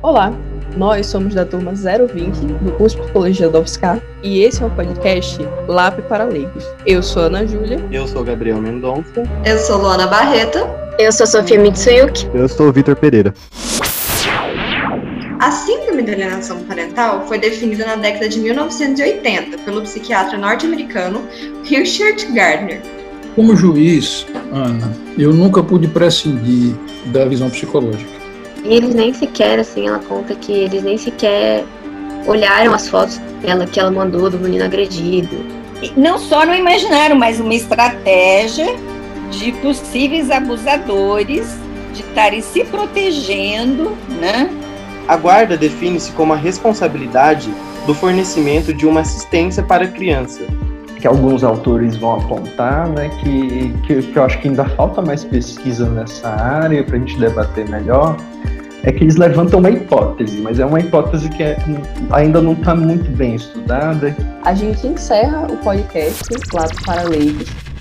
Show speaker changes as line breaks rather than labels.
Olá, nós somos da turma 020 do curso de Psicologia da UFSCar e esse é o podcast LAP para Leigos. Eu sou a Ana Júlia.
Eu sou Gabriel Mendonça.
Eu sou Luana Barreta.
Eu sou Sofia Mitsuyuki.
Eu sou o Vitor Pereira.
A síndrome da alienação parental foi definida na década de 1980 pelo psiquiatra norte-americano Richard Gardner.
Como juiz, Ana, eu nunca pude prescindir da visão psicológica.
E eles nem sequer, assim, ela conta que eles nem sequer olharam as fotos dela que ela mandou do menino agredido.
E não só não imaginaram, mas uma estratégia de possíveis abusadores de estarem se protegendo, né?
A guarda define-se como a responsabilidade do fornecimento de uma assistência para a criança.
Que alguns autores vão apontar, né, que, que, que eu acho que ainda falta mais pesquisa nessa área para a gente debater melhor, é que eles levantam uma hipótese, mas é uma hipótese que é- ainda não está muito bem estudada,
A gente encerra o podcast LAP para Leigos